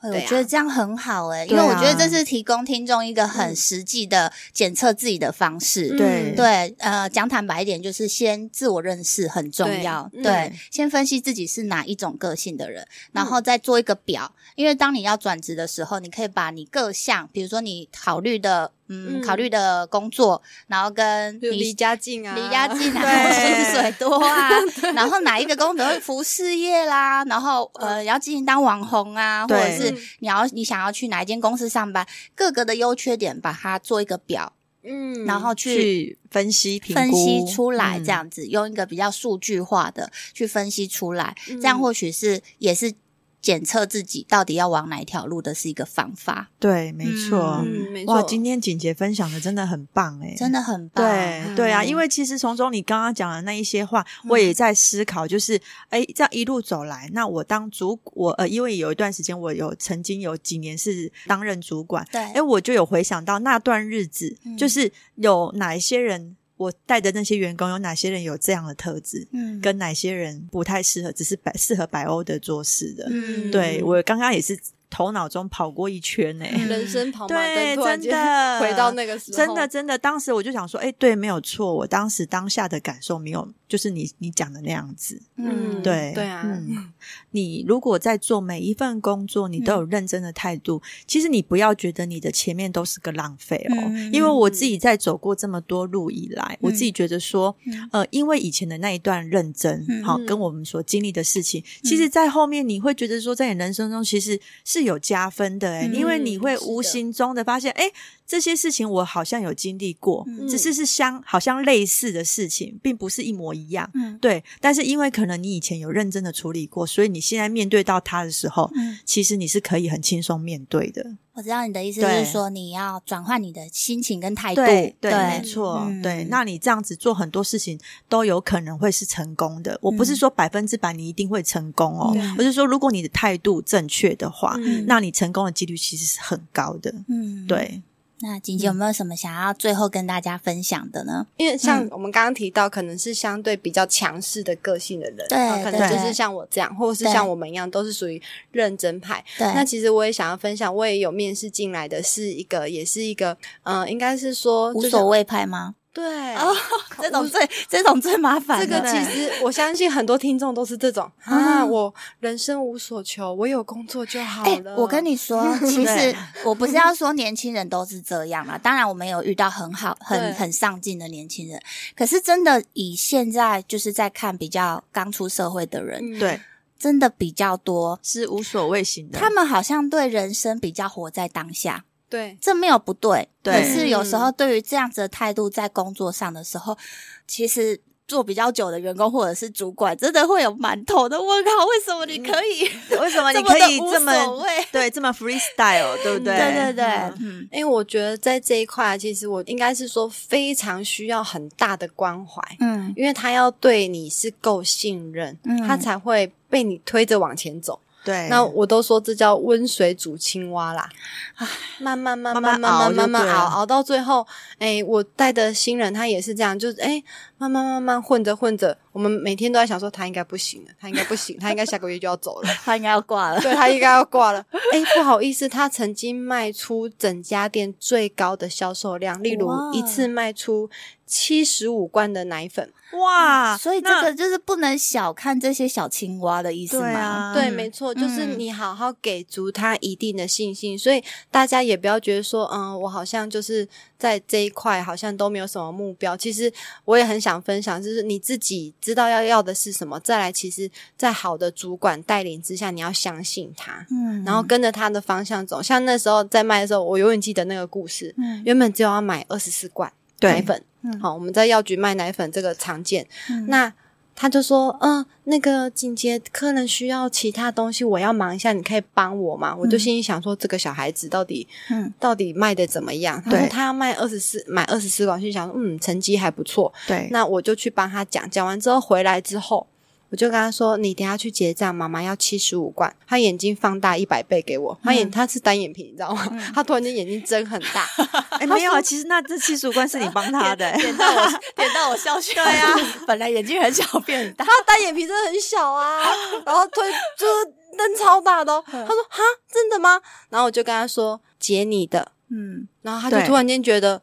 Speaker 1: 哎
Speaker 3: 对啊
Speaker 1: 我觉得这样很好哎、因
Speaker 2: 对
Speaker 1: 为
Speaker 2: 啊
Speaker 1: 我觉得这是提供听众一个很
Speaker 3: 嗯
Speaker 1: 实际的检测自己的方式。
Speaker 2: 对
Speaker 1: 对，呃，讲坦白一点，就是先自我认识很重
Speaker 3: 对
Speaker 1: 要，对，
Speaker 3: 嗯
Speaker 1: 先分析自己是哪一种个性的人，然
Speaker 3: 嗯
Speaker 1: 后再做一个表，因为当你要转职的时候，你可以把你各项，比如说你考虑的，嗯，
Speaker 3: 嗯
Speaker 1: 考虑的工作，然后跟
Speaker 3: 就离
Speaker 1: 你。
Speaker 3: 家近啊，
Speaker 1: 离家 近啊，然后
Speaker 2: 对
Speaker 1: 薪水多啊，然后哪一个工作服饰业啦，然后
Speaker 3: 嗯
Speaker 1: 呃，要进行当网红啊，或者
Speaker 2: 对
Speaker 1: 是你要你想要去哪一间公司上班，各个的优缺点把它做一个表，
Speaker 3: 嗯
Speaker 1: 然后去
Speaker 2: 去分析评估
Speaker 1: 分析出来，这
Speaker 2: 嗯
Speaker 1: 样子、用一个比较数据化的去分析出来，
Speaker 3: 嗯
Speaker 1: 这样或许是也是检测自己到底要往哪一条路的是一个方法，
Speaker 2: 对，没错。
Speaker 1: 嗯
Speaker 3: 没
Speaker 2: 哇，
Speaker 3: 错，
Speaker 2: 今天景杰分享的真的很棒哎、
Speaker 1: 真的很棒。
Speaker 2: 对对啊，因为其实从中你刚刚讲的那一些话，我也在思考，就是哎，这样一路走来，那我当主，我呃，因为有一段时间我有曾经有几年是担任主管，
Speaker 1: 对，
Speaker 2: 哎，我就有回想到那段日子，
Speaker 1: 嗯
Speaker 2: 就是有哪一些人，我带的那些员工有哪些人有这样的特质，
Speaker 1: 嗯
Speaker 2: 跟哪些人不太适合，只是百适合百欧的做事的。
Speaker 1: 嗯
Speaker 2: 对我刚刚也是头脑中跑过一圈呢、
Speaker 1: 嗯
Speaker 3: 人生跑马
Speaker 2: 对，
Speaker 3: 灯突然
Speaker 2: 真
Speaker 3: 间
Speaker 2: 的
Speaker 3: 回到那个时候，
Speaker 2: 真的，真的，当时我就想说，哎，对，没有错，我当时当下的感受没有，就是你你讲的那样子，
Speaker 3: 嗯
Speaker 2: 对，
Speaker 3: 对啊
Speaker 2: 嗯，你如果在做每一份工作，你都有认真的态度，其实你不要觉得你的前面都是个浪费哦，
Speaker 1: 嗯
Speaker 2: 因为我自己在走过这么多路以来，我自己觉得说，
Speaker 1: 嗯
Speaker 2: 呃，因为以前的那一段认真，
Speaker 1: 嗯
Speaker 2: 好、
Speaker 3: 嗯
Speaker 2: 跟我们所经历的事情，其实，在后面你会觉得说，在你人生中其实是有加分的、哎、
Speaker 1: 嗯
Speaker 2: 因为你会
Speaker 3: 是的
Speaker 2: 无形中的发现，哎、这些事情我好像有经历过，
Speaker 1: 嗯
Speaker 2: 只是是相好像类似的事情，并不是一模一样。
Speaker 1: 嗯
Speaker 2: 对，但是因为可能你以前有认真的处理过，所以你现在面对到它的时候，
Speaker 1: 嗯，
Speaker 2: 其实你是可以很轻松面对的。
Speaker 1: 我知道你的意思
Speaker 2: 对
Speaker 1: 是说你要转换你的心情跟态度，
Speaker 2: 对对，没
Speaker 1: 对
Speaker 2: 错，
Speaker 1: 嗯
Speaker 2: 对。那你这样子做很多事情都有可能会是成功的。我不是说百分之百你一定会成功哦，
Speaker 1: 嗯
Speaker 2: 我是说如果你的态度正确的话，
Speaker 3: 嗯
Speaker 2: 那你成功的几率其实是很高的。
Speaker 1: 嗯，。
Speaker 2: 对，
Speaker 1: 那锦姐有没有什么想要最后跟大家分享的呢？
Speaker 3: 因为像我们刚刚提到，可能是相对比较强势的个性的人，
Speaker 1: 对
Speaker 3: 啊可能
Speaker 2: 对
Speaker 3: 就是像我这样，或者是
Speaker 1: 对
Speaker 3: 像我们一样，都是属于认真派。
Speaker 1: 对，
Speaker 3: 那其实我也想要分享，我也有面试进来的是一个，也是一个，呃，应该是说、
Speaker 1: 无
Speaker 3: 就是
Speaker 1: 所谓派吗？
Speaker 3: 对。
Speaker 1: 哦，这种最这种最麻烦
Speaker 3: 这
Speaker 1: 了，
Speaker 3: 个
Speaker 2: 对
Speaker 3: 其实我相信很多听众都是这种啊，我人生无所求，我有工作就好
Speaker 1: 哎、
Speaker 3: 了。
Speaker 1: 我跟
Speaker 3: 你
Speaker 1: 你 说，其实
Speaker 2: 对
Speaker 1: 我不是要说年轻人都是这样啦，当然我们有遇到很好、很
Speaker 3: 对
Speaker 1: 很上进的年轻人，可是真的以现在就是在看比较刚出社会的人，
Speaker 3: 嗯
Speaker 2: 对，
Speaker 1: 真的比较多。
Speaker 2: 是无所谓型
Speaker 1: 嗯
Speaker 2: 的。
Speaker 1: 他们好像对人生比较活在当下，
Speaker 3: 对，
Speaker 1: 这没有不对。
Speaker 2: 对嗯
Speaker 1: 可是有时候对于这样子的态度，在工作上的时候，其实做比较久的员工或者是主管，真的会有满头的问号：为什么你可以、
Speaker 2: 为什么嗯哦你
Speaker 1: 这么
Speaker 2: 可
Speaker 1: 的
Speaker 2: 以
Speaker 1: 无
Speaker 2: 这么
Speaker 1: 所谓？
Speaker 2: 对这么 freestyle，对不对？
Speaker 1: 对对对，
Speaker 2: 嗯
Speaker 1: 嗯
Speaker 3: 因为我觉得在这一块，其实我应该是说非常需要很大的关怀。
Speaker 1: 嗯
Speaker 3: 因为他要对你是够信任，
Speaker 1: 嗯
Speaker 3: 他才会被你推着往前走。
Speaker 2: 对。
Speaker 3: 那我都说这叫温水煮青蛙啦，慢慢慢
Speaker 2: 慢
Speaker 3: 慢
Speaker 2: 慢
Speaker 3: 慢
Speaker 2: 熬
Speaker 3: 慢
Speaker 2: 就
Speaker 3: 慢慢
Speaker 2: 对了
Speaker 3: 熬，熬到最后，哎，我带的新人他也是这样，就是哎，慢慢慢慢混着混着，我们每天都在想说他应该不行了，他应该不行，他应该下个月就要走了。
Speaker 1: 他应该要挂 了。
Speaker 3: 对他应该要挂了。哎、不好意思，他曾经卖出整家店最高的销售量，例如
Speaker 1: 哇
Speaker 3: 一次卖出七十五罐的奶粉。
Speaker 2: 哇，
Speaker 1: 所以这
Speaker 2: 那
Speaker 1: 个就是不能小看这些小青蛙的意思
Speaker 2: 对
Speaker 1: 嘛。
Speaker 2: 啊，
Speaker 3: 对，
Speaker 2: 嗯
Speaker 3: 没错，就是
Speaker 1: 嗯
Speaker 3: 你好好给足他一定的信心，所以大家也不要觉得说，嗯，我好像就是在这一块好像都没有什么目标。其实我也很想分享，就是你自己知道要要的是什么，再来，其实，在好的主管带领之下，你要相信他，
Speaker 1: 嗯
Speaker 3: 然后跟着他的方向走。像那时候在卖的时候，我永远记得那个故事，
Speaker 1: 嗯
Speaker 3: 原本只有要买二十四罐奶
Speaker 2: 对
Speaker 3: 粉
Speaker 1: 嗯，
Speaker 3: 好、我们在药局卖奶粉这个常见，
Speaker 1: 嗯
Speaker 3: 那他就说，嗯，那个紧接客人需要其他东西，我要忙一下，你可以帮我吗？我就心里想说，这个小孩子到底
Speaker 1: 嗯
Speaker 3: 到底卖的怎么样？他
Speaker 2: 对
Speaker 3: 说他要卖二十四，买二十四罐，心想，嗯，成绩还不错，
Speaker 2: 对，
Speaker 3: 那我就去帮他讲，讲完之后回来之后。我就跟他说：“你等一下去结账，妈妈要七十五罐。”他眼睛放大一百倍给我，他眼、
Speaker 1: 嗯
Speaker 3: 他是单眼皮，你知道吗？ 他突然间眼睛睁很大，
Speaker 2: 哎没有啊，其实那这七十五关是你帮他的、哎
Speaker 1: 到我点到我笑 穴。对 啊，本来眼睛很小变很大。
Speaker 3: 他单眼皮真的很小啊，然后推就是灯超大的、哦。
Speaker 1: 嗯
Speaker 3: 他说：“哈，真的吗？”然后我就跟他说：“解你的。
Speaker 1: 嗯”
Speaker 3: 然后他就
Speaker 2: 对
Speaker 3: 突然间觉得：“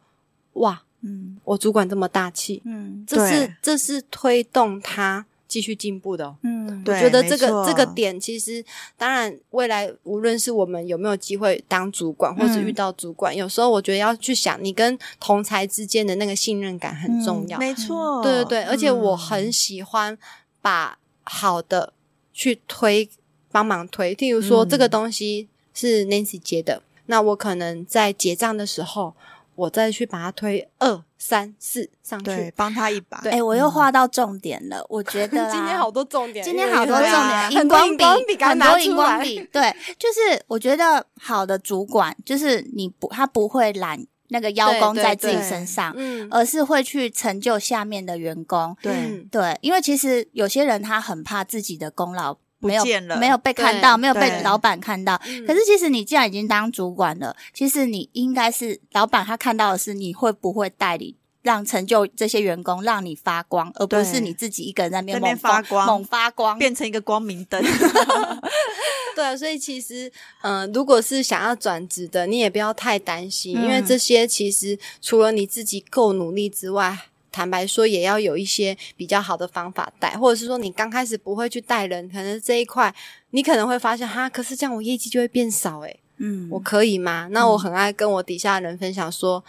Speaker 3: 哇，
Speaker 1: 嗯
Speaker 3: 我主管这么大气，
Speaker 1: 嗯
Speaker 3: 这
Speaker 2: 对
Speaker 3: 是这是推动他继续进步的、哦。”
Speaker 1: 嗯，
Speaker 2: 对
Speaker 3: 我觉得这
Speaker 2: 没
Speaker 3: 个
Speaker 2: 错
Speaker 3: 这个点，其实当然未来无论是我们有没有机会当主管，或是
Speaker 1: 嗯
Speaker 3: 遇到主管，有时候我觉得要去想，你跟同才之间的那个信任感很重要。
Speaker 2: 没错，
Speaker 3: 对对对，而且我很
Speaker 2: 嗯
Speaker 3: 喜欢把好的去推，帮忙推。譬如说，
Speaker 2: 嗯
Speaker 3: 这个东西是 Nancy 接的，那我可能在结账的时候，我再去把它推二三四上
Speaker 2: 对
Speaker 3: 去。，
Speaker 2: 帮他一把。
Speaker 3: 对
Speaker 1: 哎，我又画到重点了，我觉得啦
Speaker 3: 嗯 今天好多重点，
Speaker 1: 今天好多重
Speaker 3: 对啊
Speaker 1: 点，荧
Speaker 3: 很多
Speaker 1: 光
Speaker 3: 荧光笔，
Speaker 1: 笔，
Speaker 3: 赶快
Speaker 1: 很
Speaker 3: 拿
Speaker 1: 多
Speaker 3: 出
Speaker 1: 荧光
Speaker 3: 来
Speaker 1: 笔。对，就是我觉得好的主管，就是你不他不会揽那个邀
Speaker 3: 对
Speaker 1: 功
Speaker 3: 对
Speaker 1: 在自己
Speaker 2: 对
Speaker 1: 身上，
Speaker 3: 嗯，
Speaker 1: 而是会去成就下面的员工。
Speaker 2: 对
Speaker 3: 嗯
Speaker 1: 呃对，因为其实有些人他很怕自己的功劳
Speaker 2: 不
Speaker 1: 没有
Speaker 2: 见了嗯
Speaker 1: 没有被看
Speaker 3: 对
Speaker 1: 到，没有被
Speaker 2: 对
Speaker 1: 老板看到。可是其实你既然已经当主管了，其实你应该是老板他看到的是你会不会带领。让成就这些员工，让你发光，而不
Speaker 2: 对
Speaker 1: 是你自己一个人在那边
Speaker 2: 在那边
Speaker 1: 猛放
Speaker 2: 发光
Speaker 1: 猛发光。
Speaker 2: 变成一个光明 灯。
Speaker 3: 对啊，所以其实，嗯、如果是想要转职的，你也不要太担心，因为
Speaker 1: 嗯
Speaker 3: 这些其实除了你自己够努力之外。坦白说，也要有一些比较好的方法带，或者是说你刚开始不会去带人，可能这一块你可能会发现，哈，可是这样我业绩就会变少、欸，
Speaker 1: 嗯
Speaker 3: 我可以吗？那我很爱跟我底下的人分享说，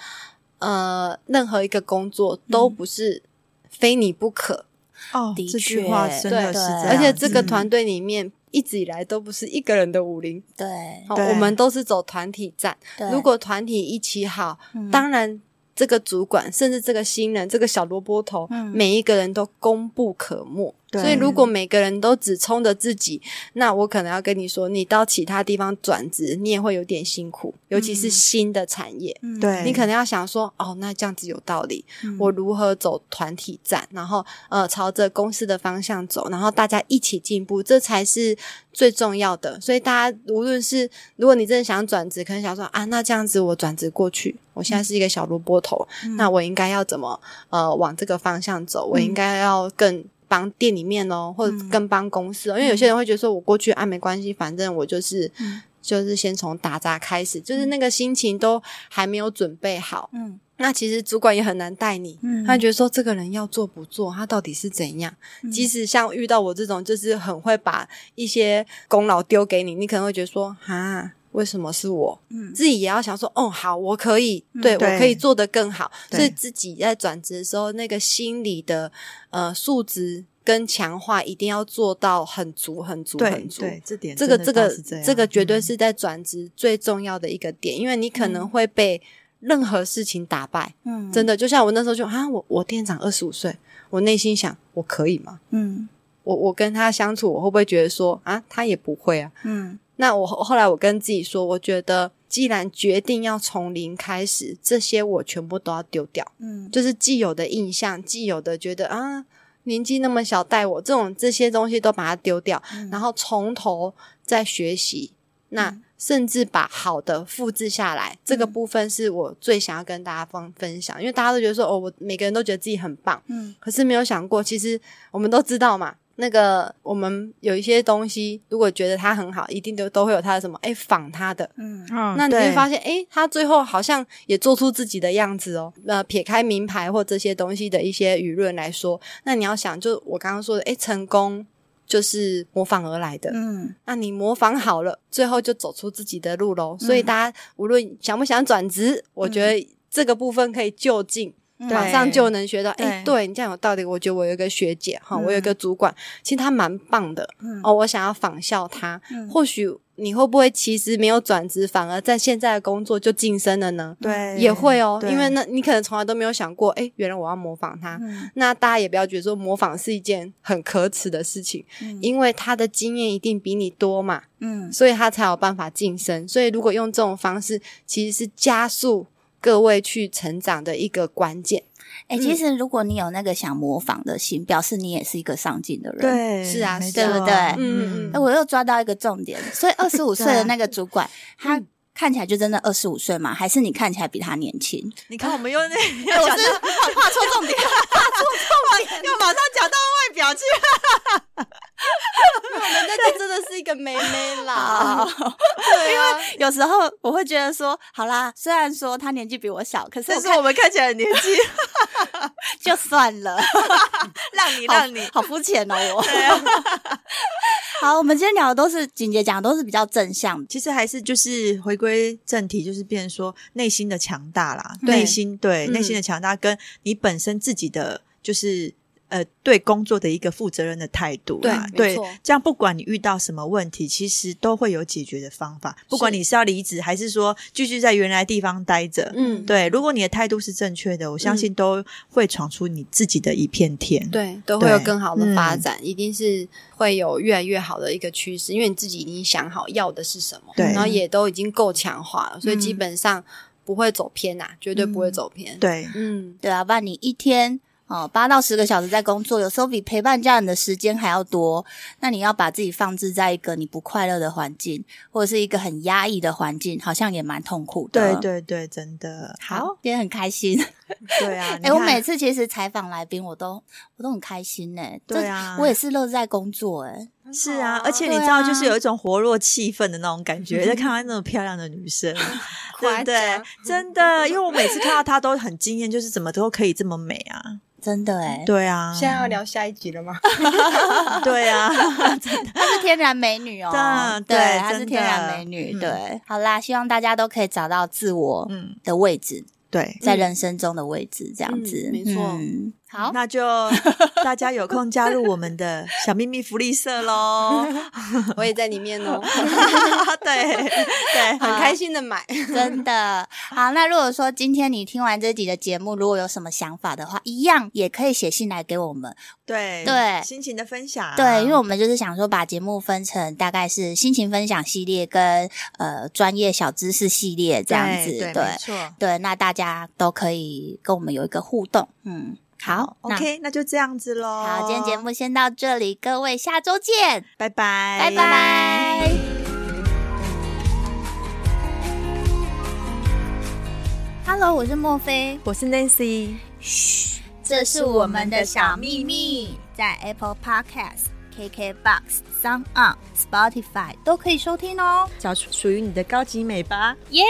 Speaker 3: 呃，任何一个工作
Speaker 1: 嗯
Speaker 3: 都不是非你不可，
Speaker 2: 哦
Speaker 1: 的
Speaker 2: 这句
Speaker 1: 确
Speaker 2: 话真的
Speaker 1: 对
Speaker 2: 是这样，
Speaker 3: 而且这个
Speaker 2: 嗯
Speaker 3: 团队里面一直以来都不是一个人的武林，
Speaker 1: 对
Speaker 3: 哦
Speaker 2: 对
Speaker 3: 我们都是走团体战。
Speaker 1: 对，
Speaker 3: 如果团体一起好，
Speaker 1: 嗯
Speaker 3: 当然这个主管甚至这个新人、这个小萝卜头，
Speaker 1: 嗯
Speaker 3: 每一个人都功不可没。
Speaker 2: 对
Speaker 3: 所以如果每个人都只冲着自己，那我可能要跟你说，你到其他地方转职，你也会有点辛苦，尤其是新的产业。
Speaker 1: 嗯
Speaker 2: 嗯对
Speaker 3: 你可能要想说，哦，那这样子有道理，
Speaker 1: 嗯
Speaker 3: 我如何走团体战，然后呃朝着公司的方向走，然后大家一起进步，这才是最重要的。所以大家无论是如果你真的想转职，可能想说啊，那这样子我转职过去，我现在是一个小萝卜头，
Speaker 1: 嗯
Speaker 3: 那我应该要怎么呃往这个方向走？我应该要更。帮店里面哦，或者
Speaker 1: 嗯
Speaker 3: 更帮公司哦，因为有些人会觉得说，我过去啊没关系，反正我就是、
Speaker 1: 嗯
Speaker 3: 就是先从打杂开始，就是那个心情都还没有准备好，
Speaker 1: 嗯
Speaker 3: 那其实主管也很难带你，
Speaker 1: 嗯
Speaker 3: 他觉得说这个人要做不做，他到底是怎样？
Speaker 2: 嗯
Speaker 3: 即使像遇到我这种，就是很会把一些功劳丢给你，你可能会觉得说哈。为什么是我？
Speaker 1: 嗯
Speaker 3: 自己也要想说，哦，好，我可以，对
Speaker 2: 嗯对
Speaker 3: 我可以做得更好。
Speaker 2: 对
Speaker 3: 所以自己在转职的时候，那个心理的呃素质跟强化一定要做到很足、很足、
Speaker 2: 对
Speaker 3: 很足。
Speaker 2: 对，这点
Speaker 3: 这个
Speaker 2: 真
Speaker 3: 这
Speaker 2: 的倒
Speaker 3: 个
Speaker 2: 是这样
Speaker 3: 个绝对
Speaker 2: 嗯
Speaker 3: 是在转职最重要的一个点，因为你可能会被任何事情打败。
Speaker 1: 嗯
Speaker 3: 真的，就像我那时候就啊，我我店长二十五岁，我内心想，我可以吗？
Speaker 1: 嗯
Speaker 3: 我我跟他相处，我会不会觉得说啊，他也不会啊？
Speaker 1: 嗯
Speaker 3: 那我后后来我跟自己说，我觉得既然决定要从零开始，这些我全部都要丢掉，
Speaker 1: 嗯
Speaker 3: 就是既有的印象，既有的觉得啊。年纪那么小带我这种这些东西都把它丢掉，
Speaker 1: 嗯
Speaker 3: 然后从头再学习。那
Speaker 1: 嗯
Speaker 3: 甚至把好的复制下来，这个
Speaker 1: 嗯
Speaker 3: 部分是我最想要跟大家分分享，因为大家都觉得说哦，我每个人都觉得自己很棒，
Speaker 1: 嗯
Speaker 3: 可是没有想过，其实我们都知道嘛，那个我们有一些东西，如果觉得它很好，一定都都会有它的什么哎仿它的，
Speaker 1: 嗯
Speaker 2: 嗯
Speaker 3: 那你会
Speaker 2: 对
Speaker 3: 发现，哎、他最后好像也做出自己的样子哦。呃，撇开名牌或这些东西的一些舆论来说，那你要想，就我刚刚说的，哎、成功就是模仿而来的。
Speaker 1: 嗯
Speaker 3: 那你模仿好了，最后就走出自己的路喽。所以
Speaker 2: 嗯
Speaker 3: 大家无论想不想转职，我觉得这个部分可以就近。
Speaker 1: 嗯
Speaker 3: 马上就能学到，哎、
Speaker 2: 对
Speaker 3: 对你这样有道理。我觉得我有一个学姐哈，
Speaker 1: 嗯
Speaker 3: 我有一个主管，其实她蛮棒的
Speaker 1: 嗯
Speaker 3: 哦，我想要仿效她。
Speaker 1: 嗯
Speaker 3: 或许你会不会其实没有转职，反而在现在的工作就晋升了呢？
Speaker 2: 对
Speaker 3: 也会哦，
Speaker 2: 对
Speaker 3: 因为那你可能从来都没有想过，哎，原来我要模仿她。
Speaker 1: 嗯
Speaker 3: 那大家也不要觉得说模仿是一件很可耻的事情，
Speaker 1: 嗯
Speaker 3: 因为她的经验一定比你多嘛，
Speaker 1: 嗯
Speaker 3: 所以他才有办法晋升。所以如果用这种方式，其实是加速各位去成长的一个关键。
Speaker 1: 哎，
Speaker 3: 嗯
Speaker 1: 其实如果你有那个想模仿的心，表示你也是一个上进的人。。
Speaker 2: 对
Speaker 3: 是啊
Speaker 2: 没
Speaker 3: 是啊
Speaker 1: 对不
Speaker 2: 错
Speaker 1: 对
Speaker 3: 嗯嗯
Speaker 1: 哎，我又抓到一个重点，所以二十五岁
Speaker 2: 啊
Speaker 1: 的那个主管，他
Speaker 2: 嗯
Speaker 1: 看起来就真的二十五岁嘛？还是你看起来比他年轻？
Speaker 2: 你看我们又 那
Speaker 1: 哎
Speaker 2: 又
Speaker 1: 我
Speaker 2: 讲
Speaker 1: 是 画画错重点，
Speaker 2: 又马上讲到外表去，
Speaker 3: 那就真的是一个妹妹啦，嗯啊因为
Speaker 1: 有时候我会觉得说，好啦，虽然说他年纪比我小，可是
Speaker 2: 但
Speaker 1: 我
Speaker 2: 是
Speaker 1: 看
Speaker 2: 我们看起来很年 轻，
Speaker 1: 就算了。
Speaker 2: 让你
Speaker 1: 好
Speaker 2: 让你
Speaker 1: 好肤浅哦， 我。
Speaker 3: 啊
Speaker 1: 好，我们今天聊的都是景姐讲的都是比较正向的，
Speaker 2: 其实还是就是回归正题，就是变成说内心的强大啦，
Speaker 3: 对
Speaker 2: 内心对
Speaker 3: 嗯
Speaker 2: 内心的强大，跟你本身自己的就是呃对工作的一个负责任的态度啦。
Speaker 3: 对没
Speaker 2: 对
Speaker 3: 错，
Speaker 2: 这样不管你遇到什么问题，其实都会有解决的方法。不管你是要离职，还是说继续在原来地方待着，
Speaker 3: 嗯，
Speaker 2: 对，如果你的态度是正确的，我相信都会闯出你自己的一片天。
Speaker 3: 对，都会有
Speaker 2: 对
Speaker 3: 更好的发
Speaker 2: 嗯
Speaker 3: 展，一定是会有越来越好的一个趋势，因为你自己已经想好要的是什么，
Speaker 2: 对
Speaker 3: 然后也都已经够强化了，所以基
Speaker 2: 嗯
Speaker 3: 本上不会走偏呐、啊绝对不会
Speaker 1: 嗯
Speaker 3: 走偏。，
Speaker 2: 对
Speaker 3: 嗯，
Speaker 1: 对啊，不然你一天哦八到十个小时在工作，有时候比陪伴家人的时间还要多。那你要把自己放置在一个你不快乐的环境，或者是一个很压抑的环境，好像也蛮痛苦的。
Speaker 2: 对对对，真的
Speaker 1: 好，，今天很开 心。
Speaker 2: 对 啊，
Speaker 1: 哎、
Speaker 2: 哎，
Speaker 1: 我每次其实采访来宾，我都我都很开心呢、欸。
Speaker 2: 对
Speaker 1: 这
Speaker 2: 啊
Speaker 1: 我也是乐在工作哎、欸。
Speaker 2: 是啊，而且
Speaker 1: 对
Speaker 2: 你知道，
Speaker 1: 啊嗯
Speaker 2: 就是有一种活络气氛的那种感觉，在看到那种漂亮的女 生，对
Speaker 3: 夸
Speaker 2: 不对
Speaker 3: 张？
Speaker 2: 真的，因为我每次看到她都很惊艳，就是怎么都可以这么美 啊！
Speaker 1: 真的哎、欸，
Speaker 2: 对啊，
Speaker 3: 现在要聊下一集了吗？
Speaker 2: 对 啊，
Speaker 1: 她是天然美女哦、
Speaker 2: 对对
Speaker 1: 她
Speaker 2: 真
Speaker 1: 是
Speaker 2: 的
Speaker 1: 天然美女。
Speaker 2: 嗯
Speaker 1: 对，好啦，希望大家都可以找到自我
Speaker 2: 嗯，
Speaker 1: 的位置，
Speaker 2: 对。
Speaker 1: 在人生中的位置，这样子。
Speaker 3: 嗯没错
Speaker 1: 嗯好，
Speaker 2: 那就大家有空加入我们的小秘密福利 社喽！
Speaker 3: 我也在里面哦，
Speaker 2: 对对，
Speaker 3: 很开心的买。
Speaker 1: 真的好。那如果说今天你听完这集的节目，如果有什么想法的话，一样也可以写信来给我们。
Speaker 2: 对
Speaker 1: 对
Speaker 2: 心情的分享，
Speaker 1: 对，因为我们就是想说把节目分成大概是心情分享系列跟呃专业小知识系列这样子。
Speaker 2: 对，
Speaker 1: 对
Speaker 2: 没错。
Speaker 1: 对那大家都可以跟我们有一个互动。嗯，好那
Speaker 2: ，OK，那就这样子喽。
Speaker 1: 好，今天节目先到这里，各位下周见，
Speaker 2: 拜拜，
Speaker 1: 拜拜，Hello，我是莫菲。
Speaker 2: 我是 Nancy。
Speaker 1: 嘘，这是我们的小秘密，在 Apple Podcast、KKBox、Sound On、Spotify 都可以收听哦，
Speaker 2: 找出属于你的高级美吧。
Speaker 1: 耶、